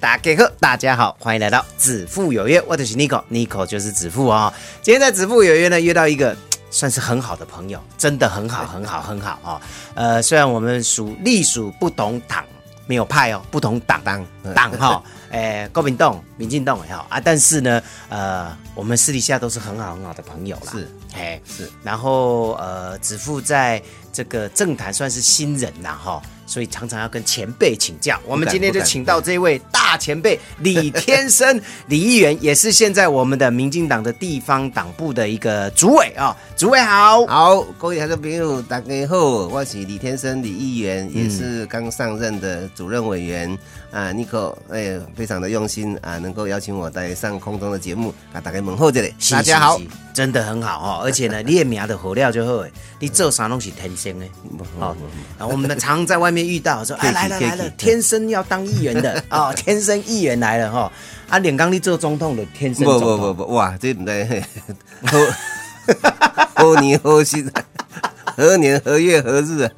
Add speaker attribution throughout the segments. Speaker 1: 打给客，大家好，欢迎来到子父有约，我就是 Nico，Nico 就是子父哦。今天在子父有约呢，约到一个算是很好的朋友，真的很好，很好，很好哦。呃，虽然我们属隶属不同党，没有派哦，不同党党党 哈，诶、国民党、民进党也好啊，但是呢，呃，我们私底下都是很好很好的朋友啦。
Speaker 2: 是，
Speaker 1: 哎，
Speaker 2: 是。
Speaker 1: 然后呃，子父在这个政坛算是新人啦哈。所以常常要跟前辈请教。我们今天就请到这位大前辈李天生李议员，也是现在我们的民进党的地方党部的一个主委啊、主委好。
Speaker 2: 好，各位听众朋友，大家好，我是李天生李议员，
Speaker 1: 嗯
Speaker 2: 也是刚上任的主任委员啊，Nico，哎，非常的用心啊，能够邀请我在上空中的节目啊，打开门后这里，
Speaker 1: 是
Speaker 2: 大家好，，
Speaker 1: 是是真的很好哦，而且呢，你的名的火料就好诶，你做啥东西天生的哦，然后我们常常在外面遇到说，哎，来了来了，天生要当议员的哦，天生议员来了哈，啊，脸刚你做总统的天生
Speaker 2: 不
Speaker 1: 总
Speaker 2: 不不
Speaker 1: 统，
Speaker 2: 不，哇，这不对， 好，好年好心，何年何月何日啊？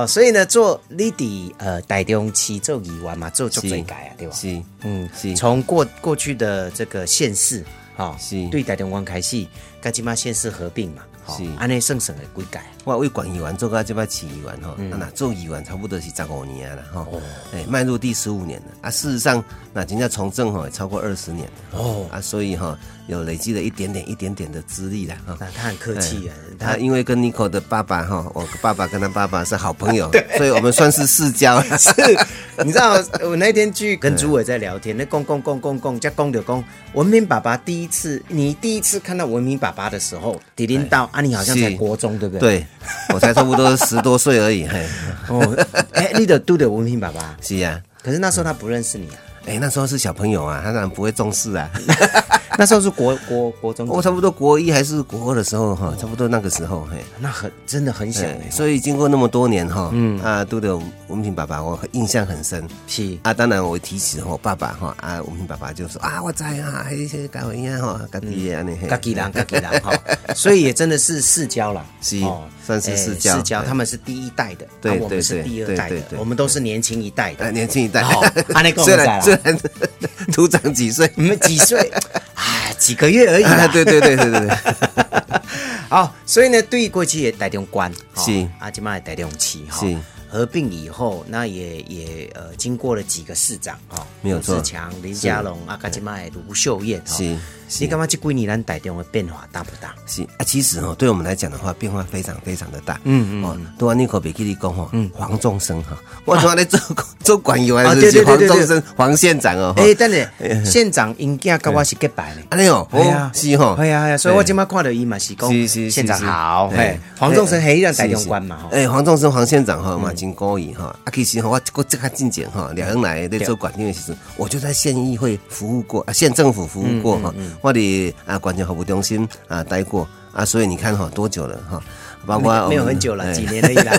Speaker 1: 哦，所以呢，做你的呃台中市做议员嘛，做做最改啊，对吧？
Speaker 2: 是，
Speaker 1: 嗯，
Speaker 2: 是
Speaker 1: 从过过去的这个县市，哈、
Speaker 2: 是
Speaker 1: 对台中湾开始，跟即马县市合并嘛，哈、
Speaker 2: 是
Speaker 1: 安内算算的归改，
Speaker 2: 我为管议员做到这摆市议员吼，
Speaker 1: 嗯
Speaker 2: 啊那做议员差不多是十五年了吼，
Speaker 1: 哦
Speaker 2: 哎，迈入第十五年了啊。事实上，那人家从政吼也超过二十年了
Speaker 1: 哦
Speaker 2: 啊，所以哈有累积了一点点一点点的资历了哈。
Speaker 1: 那他很客气啊，
Speaker 2: 他
Speaker 1: 他
Speaker 2: 因为跟 Nico 的爸爸哈，我爸爸跟他爸爸是好 朋友，所以我们算是世交。
Speaker 1: 是，你知道我那天去跟朱伟在聊天，那公公公公公加公的公，文明爸爸第一次，你第一次看到文明爸爸的时候，迪林到啊，你好像才
Speaker 2: 是
Speaker 1: 国中对不对？
Speaker 2: 对，我才差不多十多岁而已，嘿，
Speaker 1: 哦，哎、你的都的文明爸爸，
Speaker 2: 是呀、啊。
Speaker 1: 可是那时候他不认识你啊，
Speaker 2: 哎、那时候是小朋友啊，他当然不会重 视啊。
Speaker 1: 那时候是国国国中，
Speaker 2: 我差不多国一还是国二的时候哈，差不多那个时候，嘿，
Speaker 1: 那很真的很小、
Speaker 2: 对，
Speaker 1: 欸，
Speaker 2: 哎所以经过那么多年哈，嗯啊，都的文平爸爸，我印象很深。
Speaker 1: 是
Speaker 2: 啊，当然我提起我爸爸哈，啊，文平爸爸就说啊，我知啊，迄些搞一样哈，家己的安尼，嘿
Speaker 1: 嘎吉郎，嘎 吉郎哈， 所以也真的是世交啦，
Speaker 2: 是算是世交
Speaker 1: 哎世交，
Speaker 2: 对
Speaker 1: 他们是第一代的，
Speaker 2: 对
Speaker 1: 啊我们是
Speaker 2: 对对
Speaker 1: 第二代
Speaker 2: 对
Speaker 1: 的
Speaker 2: 对，对
Speaker 1: 我们都是年轻一代
Speaker 2: 呃，
Speaker 1: 的。
Speaker 2: 年轻一代
Speaker 1: 好哦安尼，讲
Speaker 2: 虽
Speaker 1: 我
Speaker 2: 然
Speaker 1: 知
Speaker 2: 虽
Speaker 1: 啦
Speaker 2: 然徒长几 岁，
Speaker 1: 你们几岁？哎，几个月而已
Speaker 2: 啊，
Speaker 1: 啦。
Speaker 2: 对对对对对对，
Speaker 1: 好，所以呢，对于过去的台中关
Speaker 2: 哎是
Speaker 1: 阿基妈的台中期哈
Speaker 2: 是。
Speaker 1: 合并以后，那也也呃，经过了几个市长哈，
Speaker 2: 没有错
Speaker 1: 罗志强、林佳龙、啊阿卡吉妈的卢秀燕哈，
Speaker 2: 是
Speaker 1: 你干嘛这几年咱台中的变化大不大？
Speaker 2: 是啊，其实哦，对我们来讲的话，变化非常非常的大。嗯嗯，哦，对啊，尼可别跟你讲哈，黄仲生哈，我昨天做做管员
Speaker 1: 嗯啊
Speaker 2: 还
Speaker 1: 对对
Speaker 2: 是
Speaker 1: 对
Speaker 2: 黄
Speaker 1: 对
Speaker 2: 仲
Speaker 1: 对
Speaker 2: 生黄县长哦，哈
Speaker 1: 哎，等 下，县长因囝跟我是结拜的。
Speaker 2: 安尼哦，
Speaker 1: 哎呀
Speaker 2: 哦，是吼，
Speaker 1: 哎呀哎呀，所以我
Speaker 2: 对
Speaker 1: 今麦看到伊嘛是讲，
Speaker 2: 是是是
Speaker 1: 县长
Speaker 2: 是
Speaker 1: 好，
Speaker 2: 对
Speaker 1: 嘿，哎黄仲生黑让台中关嘛，
Speaker 2: 哎是
Speaker 1: 吼嗯
Speaker 2: 是，哎，黄仲生黄县长哈嘛真故意哈，啊，其实吼我我这个进前哈，两人来在做管定的时候，我就在县议会服务过，啊，县政府服务过
Speaker 1: 嗯
Speaker 2: 哈，我的啊管辖服务中心啊待过啊，所以你看哈多久了哈，包括我
Speaker 1: 嗯
Speaker 2: 们
Speaker 1: 没有很久了，
Speaker 2: 哎
Speaker 1: 几年而已 啦。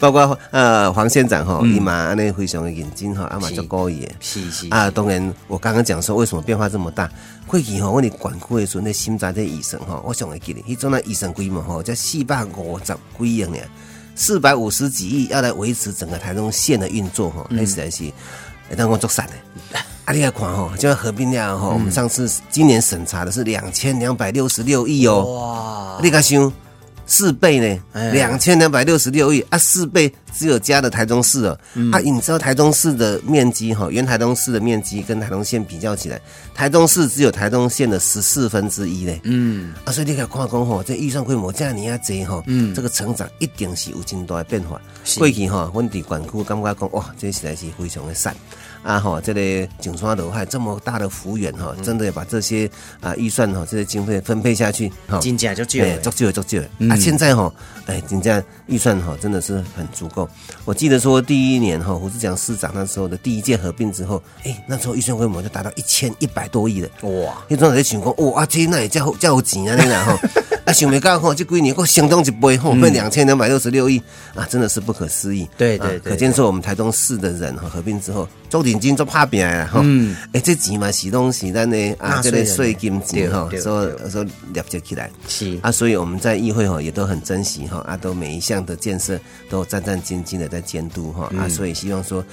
Speaker 2: 包括呃黄县长吼，伊嘛安尼非常的认真吼，啊嘛
Speaker 1: 嗯是
Speaker 2: 足故意的。
Speaker 1: 是是
Speaker 2: 啊，当然我刚刚讲说为什么变化这么大，过去吼，我哋管区的时候，那心脏这医生吼，我上会记得，迄阵啊医生规模吼，才四百五十几亿呢，四百五十几亿要来维持整个台中县的运作吼，那实在是，会当我作散的。啊，你来看吼，就要合并了吼，我们上次今年审查的是两千两百六十六亿哦。
Speaker 1: 哇，
Speaker 2: 你敢想四倍呢？两千两百六十六亿啊，四倍只有加的台中市哦。啊，你知道台中市的面积哈，原台中市的面积跟台中县比较起来，台中市只有台中县的十四分之一呢。嗯，啊，所以你看看讲吼，这预算规模这样尼啊多吼，嗯，这个成长一定是有真大的变化。过去吼，阮伫管区感觉讲哇，这实在是非常的散。啊哈，这个景山楼还这么大的幅员哈，真的要把这些啊预算哈，这些经费分配下去哈。
Speaker 1: 金价就就
Speaker 2: 对，足球足球啊！现在哈，哎，人家预算哈真的是很足够。我记得说第一年哈，胡志强市长那时候的第一届合并之后，哎，那时候预算规模就达到一千一百多亿了。
Speaker 1: 哇，
Speaker 2: 迄阵就在想讲，哇，啊，这那也叫叫有钱啊，你啦吼！啊，想袂到吼，这几年够相当一倍吼，变两千两百六十六亿啊，真的是不可思议。
Speaker 1: 对对
Speaker 2: 啊
Speaker 1: 对
Speaker 2: 可见说我们台东市的人哈合并之后，做领金做怕拼啊吼。嗯，哎，这钱嘛是拢是咱的啊，
Speaker 1: 纳
Speaker 2: 这
Speaker 1: 税人的
Speaker 2: 个税金钱吼，
Speaker 1: 对对
Speaker 2: 所
Speaker 1: 对
Speaker 2: 所累积起来。
Speaker 1: 是
Speaker 2: 啊，所以我们在议会哈也都很珍惜哈，啊，都每一项的建设都战战兢兢的在监督哈，
Speaker 1: 嗯
Speaker 2: 啊，所以希望说，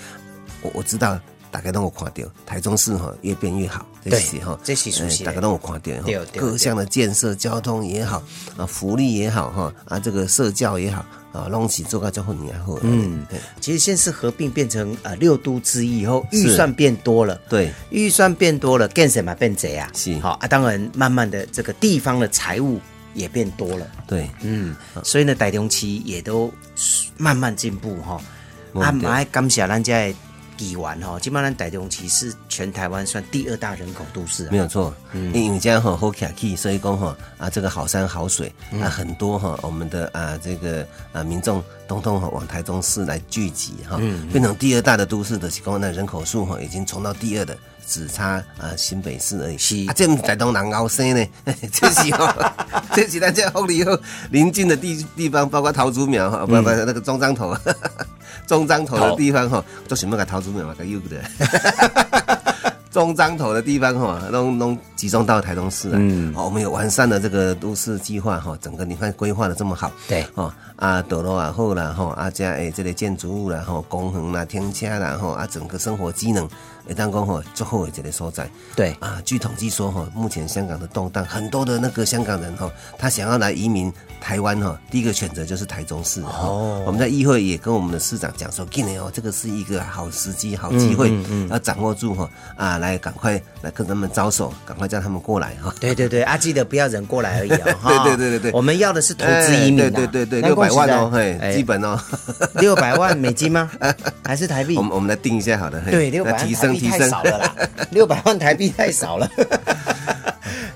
Speaker 2: 我我知道。大家都有看到，台中市哈越变越好，这
Speaker 1: 对
Speaker 2: 是哈，
Speaker 1: 这是事实
Speaker 2: 呃大家都有看到
Speaker 1: 对
Speaker 2: 哈，
Speaker 1: 对
Speaker 2: 各项的建设、交通也好，啊，福利也好哈，啊，这个社教也好，啊，拢是做到最后年后，嗯，
Speaker 1: 其实县市合并变成呃六都之一以后，
Speaker 2: 是
Speaker 1: 预算变多了，
Speaker 2: 对，
Speaker 1: 嗯预算变多了，干什么变贼啊？
Speaker 2: 是
Speaker 1: 好啊，当然慢慢的这个地方的财务也变多了，
Speaker 2: 对，
Speaker 1: 嗯，所以呢，台中期也都慢慢进步哈、
Speaker 2: 嗯
Speaker 1: 啊，
Speaker 2: 对
Speaker 1: 嘛要感谢咱家的议员哈，基本上台中期是全台湾算第二大人口都市、啊，
Speaker 2: 没有错，因为这样哈好卡气，所以讲哈啊这个好山好水
Speaker 1: 嗯
Speaker 2: 啊很多哈，我们的啊这个啊民众通通哈往台中市来聚集哈，
Speaker 1: 嗯
Speaker 2: 变成第二大的都市的，是讲那人口数哈已经冲到第二的。只差啊新北市而已，
Speaker 1: 是
Speaker 2: 啊，这不是台东人熬生呢， 这是哦， 这是大家后里后邻近的地地方，包括桃竹苗哈，不不，
Speaker 1: 嗯
Speaker 2: 那个中彰头，中彰头的地方哈，做什么个桃竹苗嘛，个柚子的。 中彰头的地方哈，拢拢集中到台东市啊。嗯，哦，我们有完善的这个都市计划哈，整个你看规划的这么好。
Speaker 1: 对
Speaker 2: 哦啊，道路啊好啦吼，啊加诶这个建筑物啦吼，公园啦、停车啦吼，啊整个生活机能，会当讲吼最好的一个所在。
Speaker 1: 对
Speaker 2: 啊，据统计说哈，目前香港的动荡，很多的那个香港人哈，他想要来移民台湾哈，第一个选择就是台中市哦。我们在议会也跟我们的市长讲说，今年哦，这个是一个好时机、好机会，要掌握住哈啊，来赶快来跟他们招手，赶快叫他们过来哈。
Speaker 1: 对对对，啊，记得不要人过来而已哦。哈
Speaker 2: 对对对对对
Speaker 1: 我们要的是投资移民、啊
Speaker 2: 哎对对对对，
Speaker 1: 那
Speaker 2: 六
Speaker 1: 恭
Speaker 2: 百
Speaker 1: 喜
Speaker 2: 万哦，
Speaker 1: 咱
Speaker 2: 嘿，
Speaker 1: 哎
Speaker 2: 基本哦。
Speaker 1: 六百万美金吗？还是台币
Speaker 2: 我？们我们来定一下好了，嘿
Speaker 1: 对，六百
Speaker 2: 来
Speaker 1: 万
Speaker 2: 提
Speaker 1: 台
Speaker 2: 升
Speaker 1: 币
Speaker 2: 提
Speaker 1: 太
Speaker 2: 升
Speaker 1: 少了啦， 六百万台币太少了。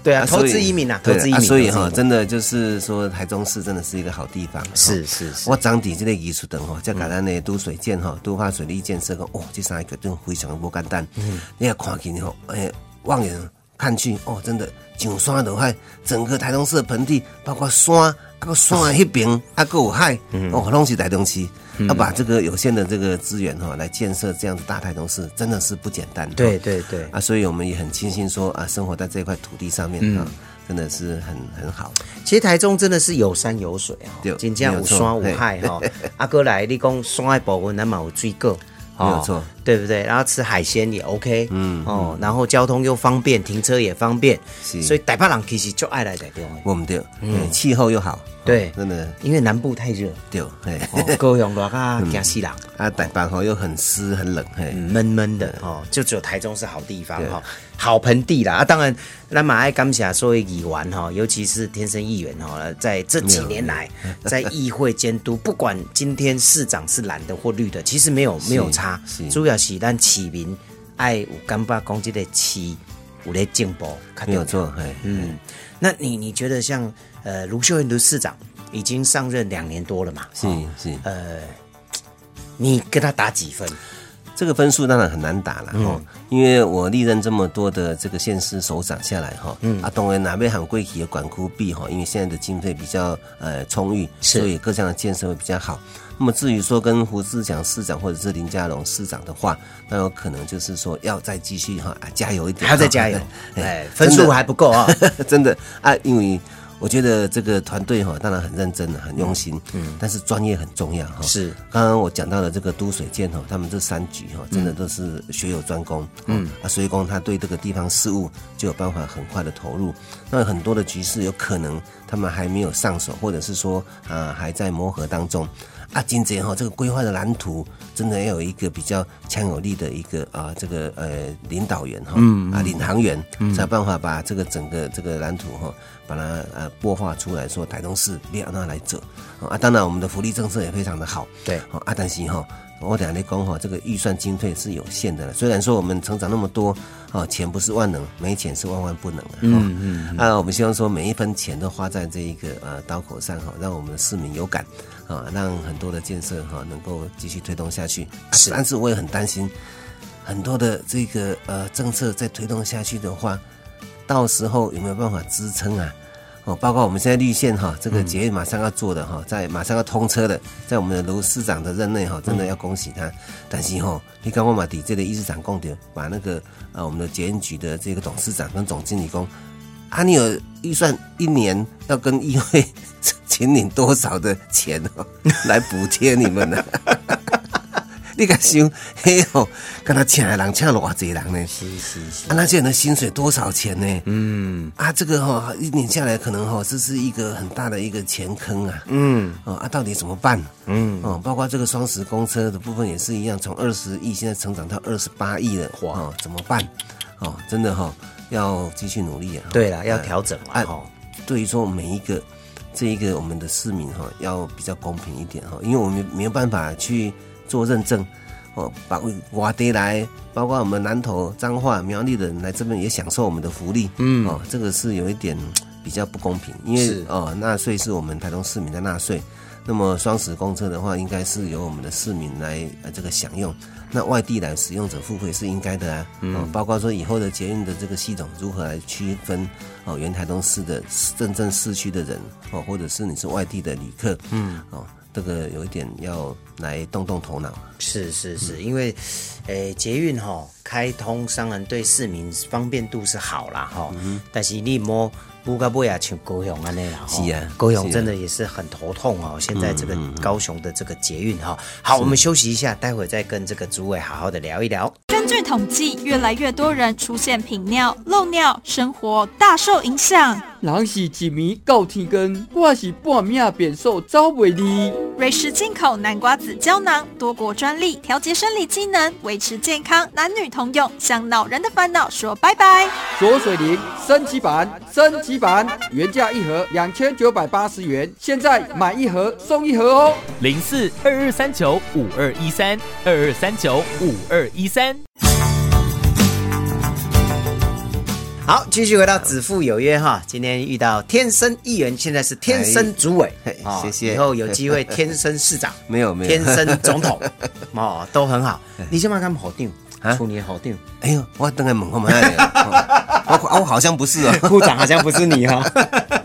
Speaker 1: 对啊，投
Speaker 2: 所以
Speaker 1: 资移民啊，投
Speaker 2: 对
Speaker 1: 资移民，
Speaker 2: 所以
Speaker 1: 投
Speaker 2: 哈，
Speaker 1: 资移民
Speaker 2: 真的就是说，台中市真的是一个好地方。
Speaker 1: 是
Speaker 2: 哈
Speaker 1: 是是
Speaker 2: 我长底这个艺术等哈，再加咱的都水建哈，都化水利建设讲，哦，这三个决定非常的不简单。嗯，你也看见吼，哎，望远看去，哦，真的上山落海，整个台中市的盆地，包括山，啊个山的那
Speaker 1: 嗯
Speaker 2: 边，啊个有海，哦，拢是台中市。要把这个有限的这个资源哈，来建设这样的大台中市，真的是不简单。
Speaker 1: 对
Speaker 2: 哈
Speaker 1: 对对
Speaker 2: 啊，所以我们也很庆幸说啊，生活在这块土地上面、
Speaker 1: 嗯
Speaker 2: 啊，真的是很很好。
Speaker 1: 其实台中真的是有山有水
Speaker 2: 对
Speaker 1: 哦，真正有
Speaker 2: 没有错
Speaker 1: 山有海哈。 阿哥来，你讲山的部分，咱嘛有水果。哦
Speaker 2: 没有错，
Speaker 1: 对不对？然后吃海鲜也 OK，嗯哦，然后交通又方便，停车也方便，
Speaker 2: 是
Speaker 1: 所以台北人其实就爱来台中的，
Speaker 2: 我们对，嗯，气候又好，哦
Speaker 1: 对
Speaker 2: 真的
Speaker 1: 因为南部太热，
Speaker 2: 对，嘿，
Speaker 1: 哦、高雄热啊，惊死人。
Speaker 2: 啊，台北吼又很湿很冷，嘿，
Speaker 1: 闷闷的哦，就只有台中是好地方哈、哦，好盆地啦啊！当然，那马爱感谢所谓议员哈、哦，尤其是天生议员哈、哦，在这几年来
Speaker 2: 嗯
Speaker 1: 在议会监督，不管今天市长是蓝的或绿的，其实没有没有差
Speaker 2: 是，
Speaker 1: 主要是咱市民爱有感觉讲这个市有咧进步，较
Speaker 2: 没有
Speaker 1: 重要
Speaker 2: 错，嘿，嗯，
Speaker 1: 那你你觉得像呃卢秀燕卢市长已经上任两年多了嘛？
Speaker 2: 是
Speaker 1: 哦
Speaker 2: 是，
Speaker 1: 呃，你跟他打几 分？
Speaker 2: 这个分数当然很难打了
Speaker 1: 嗯
Speaker 2: 哈、吼因为我历任这么多的这个县市首长下来哈，
Speaker 1: 嗯
Speaker 2: 啊，当然哪边喊贵企的管窟币哈，因为现在的经费比较呃充裕，
Speaker 1: 是
Speaker 2: 所以各项的建设会比较好。那么至于说跟胡志强市长或者是林佳龙市长的话，那有可能就是说要再继续哈、啊，加油一点，，
Speaker 1: 还要再加油 哎，
Speaker 2: 真
Speaker 1: 分
Speaker 2: 的
Speaker 1: 数还不够啊、
Speaker 2: 真的啊，因为我觉得这个团队哈，当然很认真了，很用心，嗯，但是专业很重要哈。
Speaker 1: 是
Speaker 2: 刚刚我讲到了这个都水建哈，他们这三局哈，真的都是学有专攻，嗯啊，所以讲他对这个地方事务就有办法很快的投入。那很多的局势有可能他们还没有上手，或者是说啊还在磨合当中。啊，金姐哈，这个规划的蓝图真的要有一个比较强有力的一个啊，这个呃领导员哈，啊领航员，才有办法把这个整个这个蓝图哈，把它呃擘画出来说台东市要让它来走啊。当然，我们的福利政策也非常的好，
Speaker 1: 对
Speaker 2: 哦，啊，但是哈、我两天讲哈，这个预算经费是有限的了。虽然说我们成长那么多，啊，钱不是万能，没钱是万万不能啊。嗯嗯。啊，我们希望说每一分钱都花在这一个呃刀口上哈，让我们的市民有感啊，让很多的建设哈能够继续推动下去。啊
Speaker 1: 是
Speaker 2: 但是我也很担心，很多的这个呃政策再推动下去的话，到时候有没有办法支撑啊？哦，包括我们现在绿线哈，这个捷运马上要做的哈，在马上要通车的，在我们的卢市长的任内哈，真的要恭喜他。但是哈，你刚刚把底这个一市长供点，把那个呃我们的捷运局的这个董事长跟总经理公，啊，你有预算一年要跟议会 请领多少的钱哦， 来补贴你们呢、啊 你敢想，嘿吼、跟他请的人请偌济人呢？是是是。啊，那些人的薪水多少钱呢？嗯。啊，这个哈、一年下来可能哈、这是一个很大的一个钱坑啊。嗯。哦，啊，到底怎么办？嗯。哦，包括这个双十公车的部分也是一样，从二十亿现在成长到二十八亿了。哇、哦！怎么办？哦，真的哈、要继续努力啊。
Speaker 1: 对了，要调整了
Speaker 2: 啊
Speaker 1: 哦，
Speaker 2: 对于说每一个这一个我们的市民哈、要比较公平一点哈、因为我们没有办法去做认证哦，把外地来，包括我们南投、彰化、苗栗的人来这边也享受我们的福利，嗯，哦，这个是有一点嗯比较不公平，因为
Speaker 1: 是
Speaker 2: 哦，纳税是我们台东市民在纳税。那么双十公车的话，应该是由我们的市民来呃这个享用，那外地来使用者付费是应该的啊，哦，包括说以后的捷运的这个系统如何来区分哦，原台东市的真正市区的人哦，或者是你是外地的旅客，嗯，哦，这个有一点要来动动头脑，
Speaker 1: 是是是，因为，诶、捷运哈、开通，当然对市民方便度是好啦哈、但是你摸乌嘎布亚像高雄安内啦，吼
Speaker 2: 是啊
Speaker 1: 高雄
Speaker 2: 是啊
Speaker 1: 真的也是很头痛哦。现在这个高雄的这个捷运哈、好，我们休息一下，待会再跟这个主委好好的聊一聊。
Speaker 3: 根据统计，越来越多人出现频尿、漏尿，生活大受影响。
Speaker 4: 人是一暝到天光，我是半命变数走袂离。
Speaker 3: 瑞士进口南瓜子胶囊，多国专利，调节生理机能，维持健康，男女通用，向老人的烦恼说拜拜。
Speaker 4: 左水灵升级版，升级版原价一盒两千九百八十元，现在买一盒送一盒哦。
Speaker 5: 零四二二三九五二一三二二三九五二一三。
Speaker 1: 好，继续回到子父有约
Speaker 2: 哎
Speaker 1: 哈，今天遇到天生议员，现在是天生主委
Speaker 2: 哎，
Speaker 1: 哦
Speaker 2: 谢谢
Speaker 1: 以后有机会天生市长，
Speaker 2: 没有没有
Speaker 1: 天生总 统，哦，都很好。你先把他们好定
Speaker 2: 啊，
Speaker 1: 处理好定。
Speaker 2: 哎呦，我等下问看麦、哦，我我我好像不是哦，
Speaker 1: 部长好像不是你哦。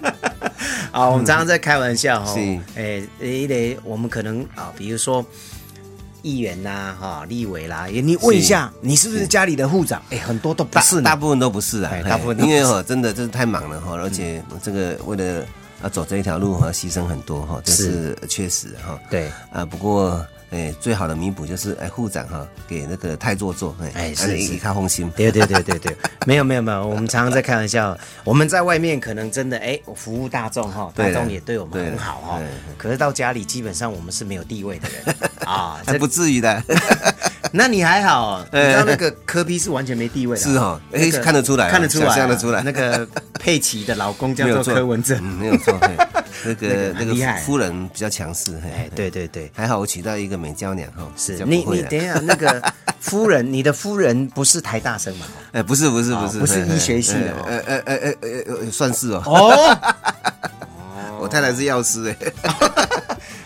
Speaker 1: 啊，我们常常在开玩笑哈、
Speaker 2: 嗯是
Speaker 1: 哦，诶、诶嘞，我们可能啊，比如说议员呐、哈、立委啦，也你问一下，你是不是家里的护长？哎、很多都不
Speaker 2: 大
Speaker 1: 是
Speaker 2: 大
Speaker 1: 呢。
Speaker 2: 部分都不是啊
Speaker 1: 哎，
Speaker 2: 嘿
Speaker 1: 大部分都不
Speaker 2: 因
Speaker 1: 是
Speaker 2: 为哈、真的就是太忙了哈、而且这个为了要走这一条路哈、牺牲很多哈、这是确实哈、
Speaker 1: 对，
Speaker 2: 啊，不过。哎，最好的弥补就是哎，护长哈给那个太做作，
Speaker 1: 哎是是
Speaker 2: 一看红心，
Speaker 1: 对对对对对，没有没有没有，我们常常在开玩笑，我们在外面可能真的哎，我服务大众哈，
Speaker 2: 对
Speaker 1: 大
Speaker 2: 的
Speaker 1: 众也对我们很好哈
Speaker 2: 对的，
Speaker 1: 可是到家里基本上我们是没有地位的 人啊。
Speaker 2: 还
Speaker 1: 这
Speaker 2: 不至于的，
Speaker 1: 那你还好，你知道那个柯比是完全没地位的，啊
Speaker 2: 是哦哎
Speaker 1: 那个
Speaker 2: 看得出来啊
Speaker 1: 看得出来啊，
Speaker 2: 想象得出来
Speaker 1: 那个佩奇的老公叫
Speaker 2: 没有
Speaker 1: 做
Speaker 2: 错
Speaker 1: 柯文哲，
Speaker 2: 嗯，没有错。嘿那个
Speaker 1: 那个
Speaker 2: 那
Speaker 1: 很厉害
Speaker 2: 个夫人比较强势，嘿
Speaker 1: 哎，对，对对，
Speaker 2: 还好我娶到一个美娇娘哈，比
Speaker 1: 是
Speaker 2: 较
Speaker 1: 你
Speaker 2: 不会
Speaker 1: 你
Speaker 2: 啊
Speaker 1: 等一下，那个夫人，你的夫人不是台大生嘛？
Speaker 2: 哎，不是不是
Speaker 1: 哦
Speaker 2: 不是，
Speaker 1: 不是
Speaker 2: 嘿
Speaker 1: 医学系的哦
Speaker 2: 呃呃呃呃呃呃，算是哦，
Speaker 1: 哦，
Speaker 2: 我太太是药师哎，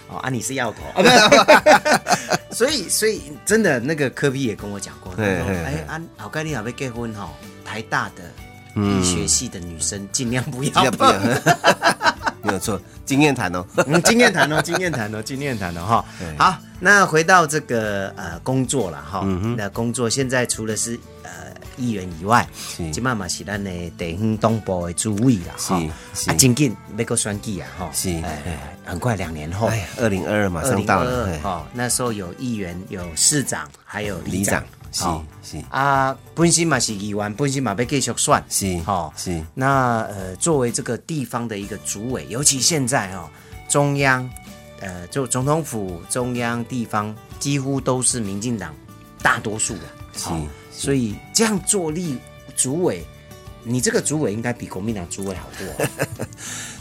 Speaker 1: 哦啊，你是药头，啊对 所以所以真的那个科比也跟我讲过，他
Speaker 2: 对
Speaker 1: 说
Speaker 2: 对
Speaker 1: 哎
Speaker 2: 对
Speaker 1: 安好盖利亚被结婚哈，台大的医学系的女生尽量不要
Speaker 2: 要不要？ 没有错，经验谈哦，
Speaker 1: 嗯，经验谈哦，经验谈哦，经验谈哦哈
Speaker 2: 对。
Speaker 1: 好，那回到这个呃工作了哈，
Speaker 2: 嗯
Speaker 1: 那工作现在除了是呃议员以外，即妈嘛是咱的地方东部的主委啦哈，
Speaker 2: 是是
Speaker 1: 啊，真紧要个选举啊哈，
Speaker 2: 是
Speaker 1: 哎，很快两年后
Speaker 2: 哎。呀，二零二二马
Speaker 1: 二
Speaker 2: 上
Speaker 1: 零
Speaker 2: 到
Speaker 1: 二
Speaker 2: 了，
Speaker 1: 二
Speaker 2: 哎
Speaker 1: 哈，那时候有议员、有市长，还有里
Speaker 2: 里
Speaker 1: 长
Speaker 2: 长，是
Speaker 1: 哦
Speaker 2: 是
Speaker 1: 啊，本身嘛是议员，本身嘛要继续算，
Speaker 2: 是
Speaker 1: 好
Speaker 2: 是
Speaker 1: 那呃，作为这个地方的一个主委，尤其现在哦，中央呃，就总统府、中央、地方几乎都是民进党大多数的，
Speaker 2: 是
Speaker 1: 哦
Speaker 2: 是
Speaker 1: 所以这样做立主委，你这个主委应该比国民党主委好 多、哦，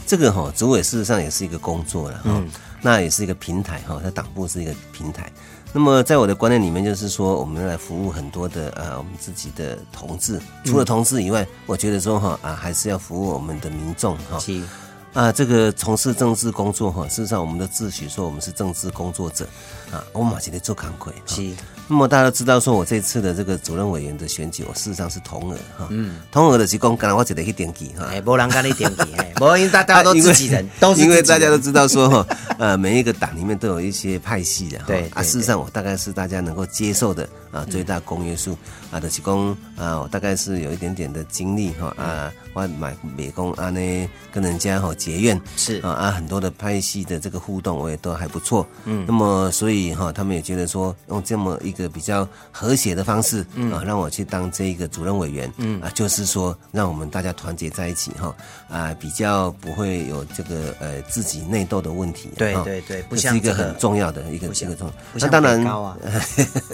Speaker 2: 这个哈、
Speaker 1: 嗯
Speaker 2: 主委事实上也是一个工作了哈、那也是一个平台哈、它党部是一个平台。那么在我的观念里面，就是说我们来服务很多的呃我们自己的同志，
Speaker 1: 嗯
Speaker 2: 除了同志以外，我觉得说哈啊还是要服务我们的民众哈。
Speaker 1: 是
Speaker 2: 啊，这个从事政治工作哈，事实上我们都自诩说我们是政治工作者啊，我马今天做康亏。
Speaker 1: 是，
Speaker 2: 那么大家都知道说我这次的这个主任委员的选举，我事实上是同额哈，嗯，同额的是讲，刚才我只得去登记哈。
Speaker 1: 哎，没人跟你点题，哎，没，因为大大家都自己人，都是
Speaker 2: 啊 因为
Speaker 1: 自己
Speaker 2: 大家
Speaker 1: 人
Speaker 2: 都知道说哈， 呃，每一个党里面都有一些派系的哈。
Speaker 1: 对
Speaker 2: 啊，
Speaker 1: 对嗯
Speaker 2: 事实上我大概是大家能够接受的啊最大公约数啊，就是讲啊，我大概是有一点点的经历哈啊，我买美工啊呢跟人家哈结怨
Speaker 1: 是
Speaker 2: 啊啊很多的派系的这个互动我也都还不错，嗯，那么所以哈他们也觉得说用这么一个比较和谐的方式
Speaker 1: 嗯
Speaker 2: 啊让我去当这一个主任委员，嗯啊就是说让我们大家团结在一起哈啊比较不会有这个呃自己内斗的问题，
Speaker 1: 对
Speaker 2: 哈
Speaker 1: 对对不
Speaker 2: 这
Speaker 1: 像
Speaker 2: 是一个
Speaker 1: 这个
Speaker 2: 很重要的一个
Speaker 1: 不
Speaker 2: 一
Speaker 1: 像
Speaker 2: 个重要，
Speaker 1: 不像
Speaker 2: 当然
Speaker 1: 北高 啊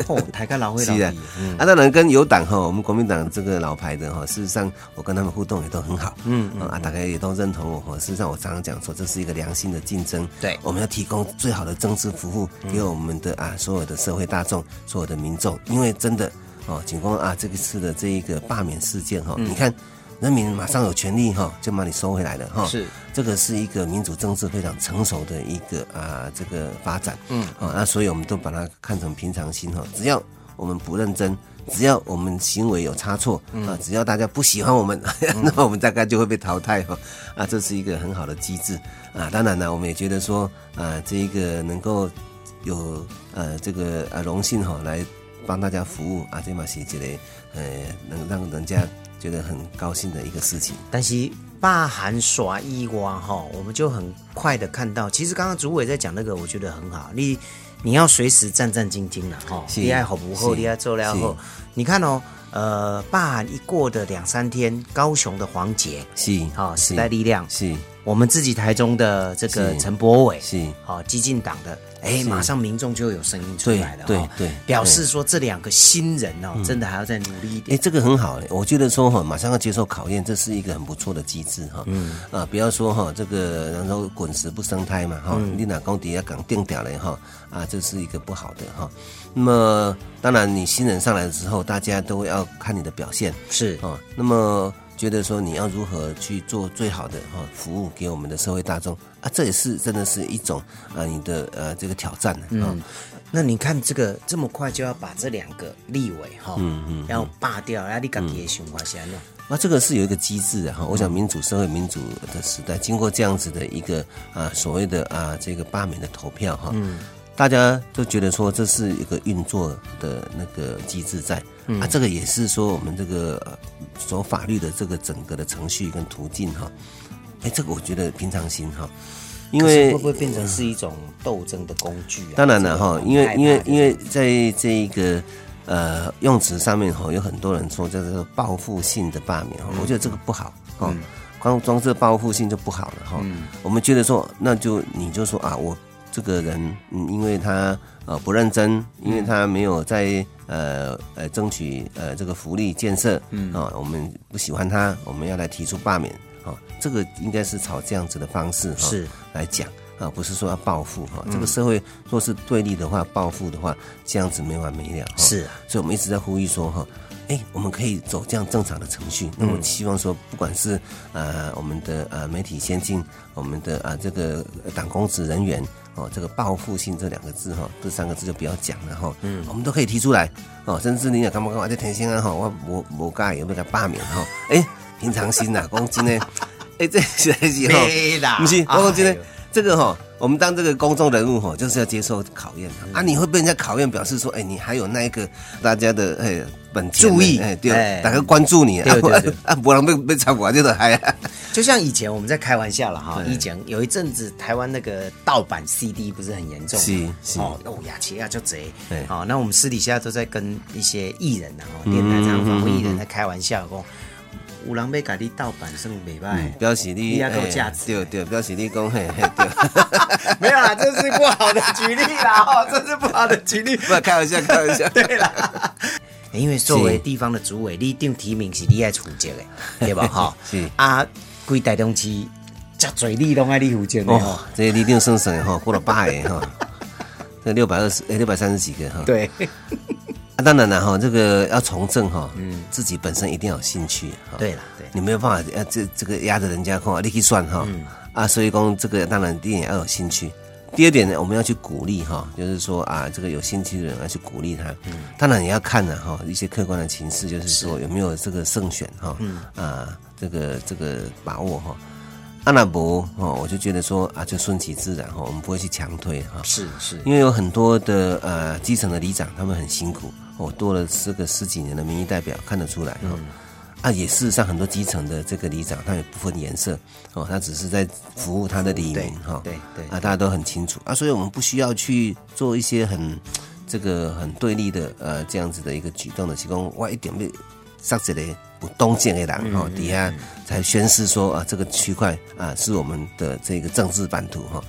Speaker 1: 哦，台开老会老
Speaker 2: 是的
Speaker 1: 易，嗯，
Speaker 2: 啊，当然跟友党哈，我们国民党这个老牌的哈，事实上我跟他们互动也都很好，嗯啊，大家也都认同我哈。事实上，我常常讲说，这是一个良性的竞争，
Speaker 1: 对
Speaker 2: 我们要提供最好的政治服务给我们的啊所有的社会大众、所有的民众，因为真的哦，警官啊，这个次的这一个罢免事件
Speaker 1: 嗯
Speaker 2: 哈，你看。人民马上有权利哈，就把你收回来了哈。
Speaker 1: 是，
Speaker 2: 这个是一个民主政治非常成熟的一个啊、这个发展。嗯，啊，那所以我们都把它看成平常心哈，哦只要我们不认真，只要我们行为有差错、
Speaker 1: 嗯
Speaker 2: 啊，只要大家不喜欢我们， 那我们大概就会被淘汰哈。啊，这是一个很好的机制啊。当然了，我们也觉得说啊，这一个能够有呃这个呃荣幸哈、来帮大家服务啊，这嘛是一个呃能让人家觉得很高兴的一个事情。
Speaker 1: 但是罢韩耍一娃哈，我们就很快的看到，其实刚刚主委在讲那个，我觉得很好，你你要随时战战兢兢了哈，
Speaker 2: 是
Speaker 1: 你爱好不后，
Speaker 2: 是
Speaker 1: 你爱做了后
Speaker 2: 是，
Speaker 1: 你看哦，呃，罢韩一过的两三天，高雄的黄杰，
Speaker 2: 是
Speaker 1: 好、哦时
Speaker 2: 是
Speaker 1: 代力量，
Speaker 2: 是
Speaker 1: 我们自己台中的这个
Speaker 2: 是
Speaker 1: 陈柏伟，
Speaker 2: 是
Speaker 1: 好、激进党的，哎，
Speaker 2: 是
Speaker 1: 马上民众就有声音出来了，
Speaker 2: 对
Speaker 1: 哦
Speaker 2: 对对
Speaker 1: 表示说这两个新人哦，真的还要再努力一
Speaker 2: 哎、
Speaker 1: 点，
Speaker 2: 这个很好、欸，我觉得说哈，马上要接受考验，这是一个很不错的机制哈。嗯啊，不要说哈，这个然后滚石不生胎嘛哈，你哪公底下港定掉了哈啊，这是一个不好的哈。那么当然，你新人上来之后，大家都要看你的表现
Speaker 1: 是，
Speaker 2: 啊。那么觉得说你要如何去做最好的哈服务给我们的社会大众啊，这也是真的是一种啊你的呃这个挑战啊。
Speaker 1: 嗯，那你看这个这么快就要把这两个立委哈，嗯嗯，要罢掉，那你自己的想法是安怎？
Speaker 2: 那这个是有一个机制啊，哈
Speaker 1: 嗯
Speaker 2: 我想民主社会、民主的时代，经过这样子的一个啊所谓的啊这个罢免的投票哈，
Speaker 1: 嗯
Speaker 2: 大家都觉得说这是一个运作的那个机制在、
Speaker 1: 嗯
Speaker 2: 啊，这个也是说我们这个呃走法律的这个整个的程序跟途径哈，哎，这个我觉得平常心哈，因
Speaker 1: 可是
Speaker 2: 为
Speaker 1: 会不会变成是一种斗争的工具啊？
Speaker 2: 当然了哈，因为
Speaker 1: 害怕
Speaker 2: 因为
Speaker 1: 就是
Speaker 2: 因为哦在这一个呃用词上面哈，有很多人说叫做报复性的罢免哈，我觉得这个不好哈，光光这报复性就不好了哈。我们觉得说，那就你就说啊，我这个人，嗯，因为他呃不认真，因为他没有在呃呃争取呃这个福利建设，嗯啊，我们不喜欢他，我们要来提出罢免。啊，这个应该是朝这样子的方式哈
Speaker 1: 是
Speaker 2: 来讲啊，不是说要报复哈。这个
Speaker 1: 嗯
Speaker 2: 社会若是对立的话，报复的话，这样子没完没了。哈
Speaker 1: 是啊，
Speaker 2: 所以我们一直在呼吁说哈。哎，我们可以走这样正常的程序。
Speaker 1: 嗯
Speaker 2: 那我希望说，不管是呃我们的呃媒体先进，我们的啊、呃这个呃党公职人员哦，这个报复性这两个字哈、这三个字就不要讲了哈。嗯，我们都可以提出来哦，甚至你也干嘛干嘛在田心啊哈，我我我干有没有给他罢免哈？哎，平常心呐、讲真的，哎，这实在是哈。
Speaker 1: 没啦，
Speaker 2: 不是，
Speaker 1: 哎呦
Speaker 2: 我讲真的，这个哈，我们当这个公众人物哈，就是要接受考验
Speaker 1: 嗯
Speaker 2: 的啊。你会被人家考验，表示说，哎，你还有那一个大家的哎本钱呢
Speaker 1: 注意
Speaker 2: 哎，对
Speaker 1: 哎，
Speaker 2: 大家关注你啊
Speaker 1: 对对对，
Speaker 2: 啊，不然被被查我就是哎呀，
Speaker 1: 就像以前我们在开玩笑了哈，以前有一阵子台湾那个盗版 CD 不是很严重吗，
Speaker 2: 是是
Speaker 1: 哦，欧亚奇亚就贼
Speaker 2: 对，嗯
Speaker 1: 好、那我们私底下都在跟一些艺人啊，哦电台上访问艺人在开玩笑，讲五郎被改地盗版算美败，
Speaker 2: 表示你
Speaker 1: 你还够
Speaker 2: 哎
Speaker 1: 价值
Speaker 2: 对对，表示你讲嘿嘿对，
Speaker 1: 没有啦，这是不好的举例啦， 哦，这是不好的举例，
Speaker 2: 不开玩笑开玩笑，
Speaker 1: 对 啦。因为作为地方的主委，你一定提名是你爱负责的，对吧？哈，
Speaker 2: 是
Speaker 1: 啊，规台中市，遮侪你拢爱你负责的
Speaker 2: 哦
Speaker 1: 哦。，
Speaker 2: 这一定算算哈，过了八个哈。这六百二十，哎，六百三十几个哈。
Speaker 1: 对，
Speaker 2: 啊，当然了哈，这个要从政哈，嗯，自己本身一定要有兴趣哈。
Speaker 1: 对啦对嗯
Speaker 2: 你没有办法，呃，这这个压着人家看，你去算哈。啊，所以讲这个当然第一点要有兴趣，第二点呢，我们要去鼓励哈，就是说啊，这个有兴趣的人要去鼓励他。
Speaker 1: 嗯
Speaker 2: 当然也要看呢哈，一些客观的情势，就是说有没有这个胜选哈，
Speaker 1: 嗯
Speaker 2: 啊，这个这个把握哈。阿那伯哦，我就觉得说啊，就顺其自然哈，我们不会去强推哈。
Speaker 1: 是是，
Speaker 2: 因为有很多的呃基层的里长，他们很辛苦，我、做了这个十几年的民意代表，看得出来
Speaker 1: 嗯
Speaker 2: 哈。啊，也事实上很多基层的这个里长，他也不分颜色哦，他只是在服务他的里民哈。
Speaker 1: 对对
Speaker 2: 啊，大家都很清楚啊，所以我们不需要去做一些很这个很对立的呃这样子的一个举动的，提供我一点被上一个有洞见的
Speaker 1: 嗯
Speaker 2: 人哈，底下才宣誓说啊，这个区块啊是我们的这个政治版图哈。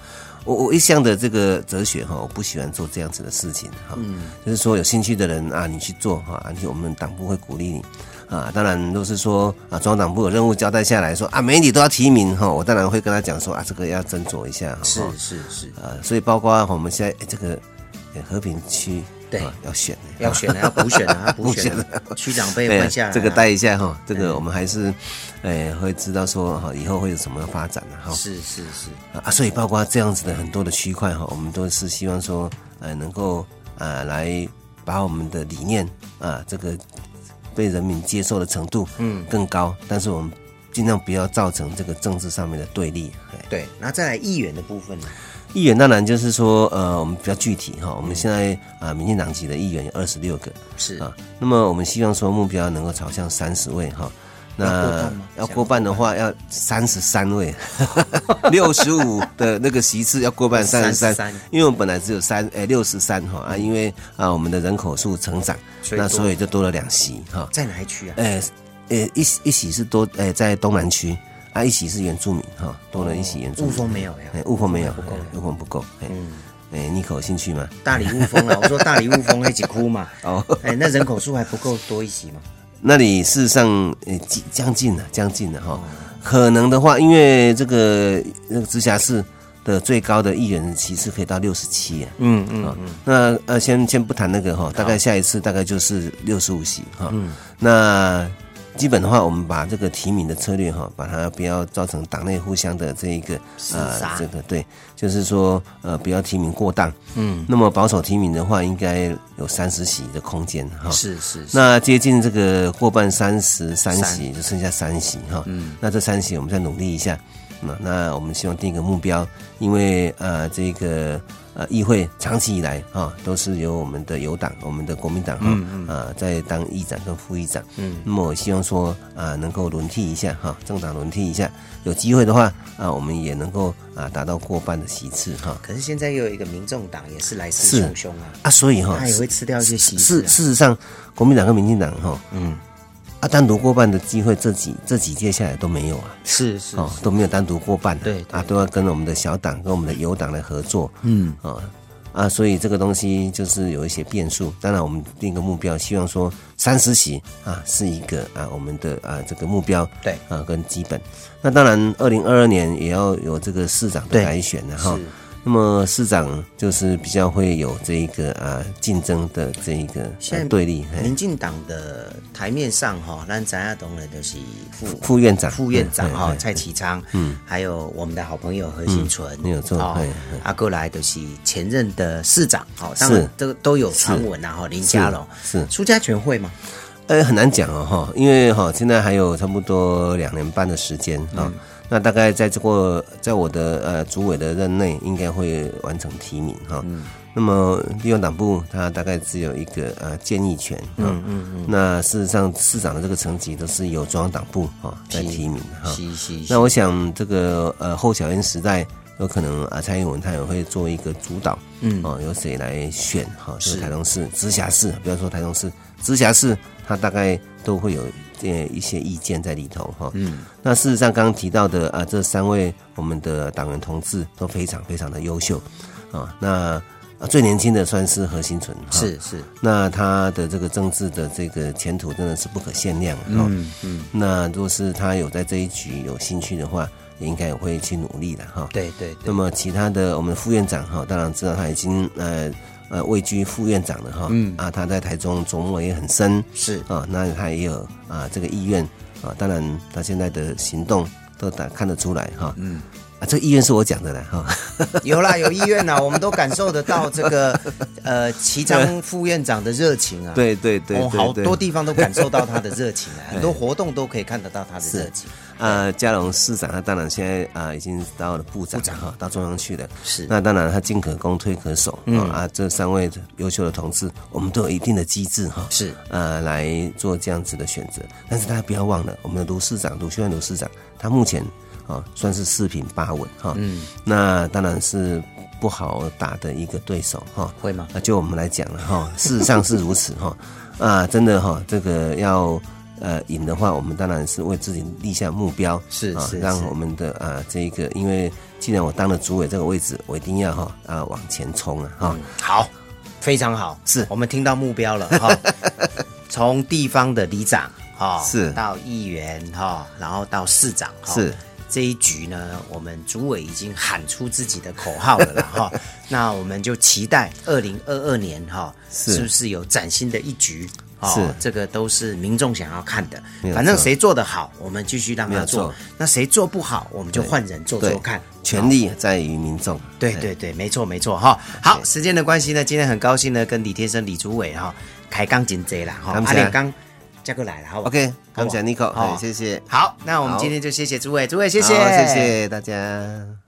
Speaker 2: 我我一向的这个哲学哈，我不喜欢做这样子的事情哈，
Speaker 1: 嗯
Speaker 2: 就是说有兴趣的人啊，你去做哈，而且我们党部会鼓励你啊。当然，都是说啊，中央党部有任务交代下来说啊，媒体都要提名哈，我当然会跟他讲说啊，这个要斟酌一下哈。
Speaker 1: 是是是，
Speaker 2: 啊，所以包括我们现在哎这个哎和平区
Speaker 1: 对
Speaker 2: 啊要选哎
Speaker 1: 要选的要补选的，要补
Speaker 2: 补
Speaker 1: 选
Speaker 2: 选
Speaker 1: 的
Speaker 2: 的，
Speaker 1: 区长被
Speaker 2: 对
Speaker 1: 换下来啊，
Speaker 2: 这个带一下哈，这个我们还是，哎，会知道说哈，以后会有什么发展的哈。
Speaker 1: 是是是，
Speaker 2: 啊，所以包括这样子的很多的区块哈，我们都是希望说，呃，能够呃来把我们的理念啊、这个被人民接受的程度嗯更高，但是我们尽量不要造成这个政治上面的对立。哎
Speaker 1: 对，然后再来议员的部分呢，
Speaker 2: 议员当然就是说，呃，我们比较具体哈，我们现在啊、民进党籍的议员有二十六个，
Speaker 1: 是
Speaker 2: 啊，那么我们希望说目标能够朝向三十位哈。
Speaker 1: 要过
Speaker 2: 那
Speaker 1: 半吗
Speaker 2: 要过半的话，要三十三位， 六十五的那个席次要过半三十三
Speaker 1: 33，
Speaker 2: 因为我们本来只有三诶六十三哈啊，因为啊我们的人口数成长，
Speaker 1: 所以
Speaker 2: 那
Speaker 1: 多
Speaker 2: 所以就多了两席哈。
Speaker 1: 在哪一区啊？
Speaker 2: 诶诶一席一席是多诶在东南区啊，一席是原住民哈，多了一席原住
Speaker 1: 雾
Speaker 2: 民。
Speaker 1: 峰没有呀
Speaker 2: 哎，，雾峰没有，
Speaker 1: 不够嗯
Speaker 2: 哎雾峰不够。哎，哎，你可有兴趣吗？
Speaker 1: 大理雾峰啊，我说大理雾峰一起哭嘛，
Speaker 2: 哦
Speaker 1: 哎，那人口数还不够多一席嘛，
Speaker 2: 那里事实上，呃，几将近了，将近啊了哈、可能的话，因为这个那个直辖市的最高的议员席次可以到六十七啊。嗯嗯那呃，先先不谈那个哈、大概下一次大概就是六十五席哈、嗯。那基本的话，我们把这个提名的策略哈、把它不要造成党内互相的这一个呃
Speaker 1: 厮杀
Speaker 2: 这个对，就是说呃，不要提名过当。嗯。那么保守提名的话，应该有三十席的空间哈。
Speaker 1: 是是是，
Speaker 2: 那接近这个过半三十三
Speaker 1: 三
Speaker 2: 席，就剩下三席哈。嗯，那这三席我们再努力一下。那那我们希望定一个目标，因为呃这个呃议会长期以来啊、都是由我们的友党、我们的国民党哈啊、呃在当议长跟副议长。嗯，那么我希望说啊、能够轮替一下哈、政党轮替一下，有机会的话啊、我们也能够啊、达到过半的席次哈。
Speaker 1: 可是现在又有一个民众党也是来势
Speaker 2: 是
Speaker 1: 汹汹啊，
Speaker 2: 啊，所以哈、
Speaker 1: 他也会吃掉一些席次
Speaker 2: 事
Speaker 1: 啊，
Speaker 2: 事实上，国民党跟民进党哈，嗯，啊，单独过半的机会，这几这几届下来都没有啊，
Speaker 1: 是是
Speaker 2: 哦，都没有单独过半、啊，
Speaker 1: 对对
Speaker 2: 啊，都要跟我们的小党、跟我们的友党来合作，嗯，啊啊，所以这个东西就是有一些变数。当然，我们定一个目标，希望说三十席啊是一个啊我们的啊这个目标，
Speaker 1: 对
Speaker 2: 啊跟基本。那当然，二零二二年也要有这个市长
Speaker 1: 对
Speaker 2: 的改选了啊哈。
Speaker 1: 是
Speaker 2: 那么市长就是比较会有这一个啊竞争的这一个、
Speaker 1: 现
Speaker 2: 呃
Speaker 1: 在
Speaker 2: 对立，嘿
Speaker 1: 民进党的台面上哈，咱咱亚东的就是副
Speaker 2: 副院长
Speaker 1: 副院长
Speaker 2: 嗯
Speaker 1: 哈
Speaker 2: 嗯
Speaker 1: 蔡其昌，嗯，还有我们的好朋友何新纯，
Speaker 2: 嗯没有错
Speaker 1: 哦
Speaker 2: 嗯
Speaker 1: 啊，过来就是前任的市长，哦，当
Speaker 2: 是
Speaker 1: 然这个都有传闻啊，哈，林佳龙
Speaker 2: 是是
Speaker 1: 出家全会吗？
Speaker 2: 呃，很难讲哦，哈，因为哈、现在还有差不多两年半的时间啊、那大概在这个在我的呃主委的任内，应该会完成提名哈、那么地方党部它大概只有一个呃建议权啊、嗯嗯那事实上市长的这个层级都是由中央党部啊、在提名哈、
Speaker 1: 是是
Speaker 2: 那我想这个呃后小英时代。有可能啊，蔡英文他也会做一个主导，嗯，哦，由谁来选哈？就是
Speaker 1: 是
Speaker 2: 台中市直辖市，不要说台中市，直辖市它大概都会有呃一些意见在里头哈。嗯，那事实上刚刚提到的啊，这三位我们的党员同志都非常非常的优秀啊。那啊最年轻的算是何心存，哈
Speaker 1: 是是
Speaker 2: 那他的这个政治的这个前途真的是不可限量。嗯嗯，那如果是他有在这一局有兴趣的话，也应该也会去努力了哈。
Speaker 1: 对对
Speaker 2: 那
Speaker 1: 对，
Speaker 2: 么其他的，我们副院长哈，当然知道他已经呃呃位居副院长了哈，
Speaker 1: 嗯
Speaker 2: 啊，他在台中琢磨也很深
Speaker 1: 是
Speaker 2: 啊，那他也有啊这个意愿啊，当然他现在的行动都打看得出来哈，嗯，啊，这个意愿是我讲的啦哈，
Speaker 1: 有啦，有意愿啦， 我们都感受得到这个呃齐章副院长的热情啊。
Speaker 2: 对对对
Speaker 1: 哦，
Speaker 2: 对
Speaker 1: 好
Speaker 2: 对
Speaker 1: 多地方都感受到他的热 情啊，很多活动都可以看得到他的热情。
Speaker 2: 啊，嘉荣市长他当然现在啊、已经到了部长
Speaker 1: 部长
Speaker 2: 哈，到中央去了。
Speaker 1: 是
Speaker 2: 那当然他进可攻退可守、嗯、啊，这三位优秀的同志，我们都有一定的机制哈。
Speaker 1: 是
Speaker 2: 呃，来做这样子的选择。但是大家不要忘了，我们的卢市长卢秀燕卢市长，他目前啊、算是四平八稳哈。嗯，那当然是不好打的一个对手哈。
Speaker 1: 会吗
Speaker 2: 那就我们来讲了哈，事实上是如此哈。 啊，真的哈，这个要呃赢的话，我们当然是为自己立下目标，
Speaker 1: 是
Speaker 2: 啊
Speaker 1: 是
Speaker 2: 让
Speaker 1: 是
Speaker 2: 我们的啊这个，因为既然我当了主委这个位置，我一定要哈啊往前冲啊
Speaker 1: 嗯
Speaker 2: 哈。
Speaker 1: 好，非常好，
Speaker 2: 是
Speaker 1: 我们听到目标了 哈。从地方的里长哈，
Speaker 2: 是
Speaker 1: 到议员哈，然后到市长哈，
Speaker 2: 是
Speaker 1: 这一局呢，我们主委已经喊出自己的口号了啦 哈。那我们就期待二零二二年哈，
Speaker 2: 是
Speaker 1: 是不是有崭新的一局？哦
Speaker 2: 是
Speaker 1: 这个都是民众想要看的
Speaker 2: 没。有
Speaker 1: 反正
Speaker 2: 错
Speaker 1: 谁做得好，我们继续让
Speaker 2: 没
Speaker 1: 他
Speaker 2: 有
Speaker 1: 做
Speaker 2: 错；
Speaker 1: 那谁做不好，我们就换人做做看。
Speaker 2: 权力在于民众。
Speaker 1: 对
Speaker 2: 哎
Speaker 1: 对对，没错没错哈。好，时间的关系呢，今天很高兴呢，跟李天生、李主伟哈开钢琴贼啦哈，
Speaker 2: 感谢
Speaker 1: 阿亮刚再过来了，好不好
Speaker 2: OK，
Speaker 1: 好
Speaker 2: 感
Speaker 1: 不好
Speaker 2: 谢 Nico，
Speaker 1: 好
Speaker 2: 哎谢谢，
Speaker 1: 好，那我们
Speaker 2: 好
Speaker 1: 今天就谢谢主委，主委谢
Speaker 2: 谢
Speaker 1: 谢，
Speaker 2: 谢谢谢大家。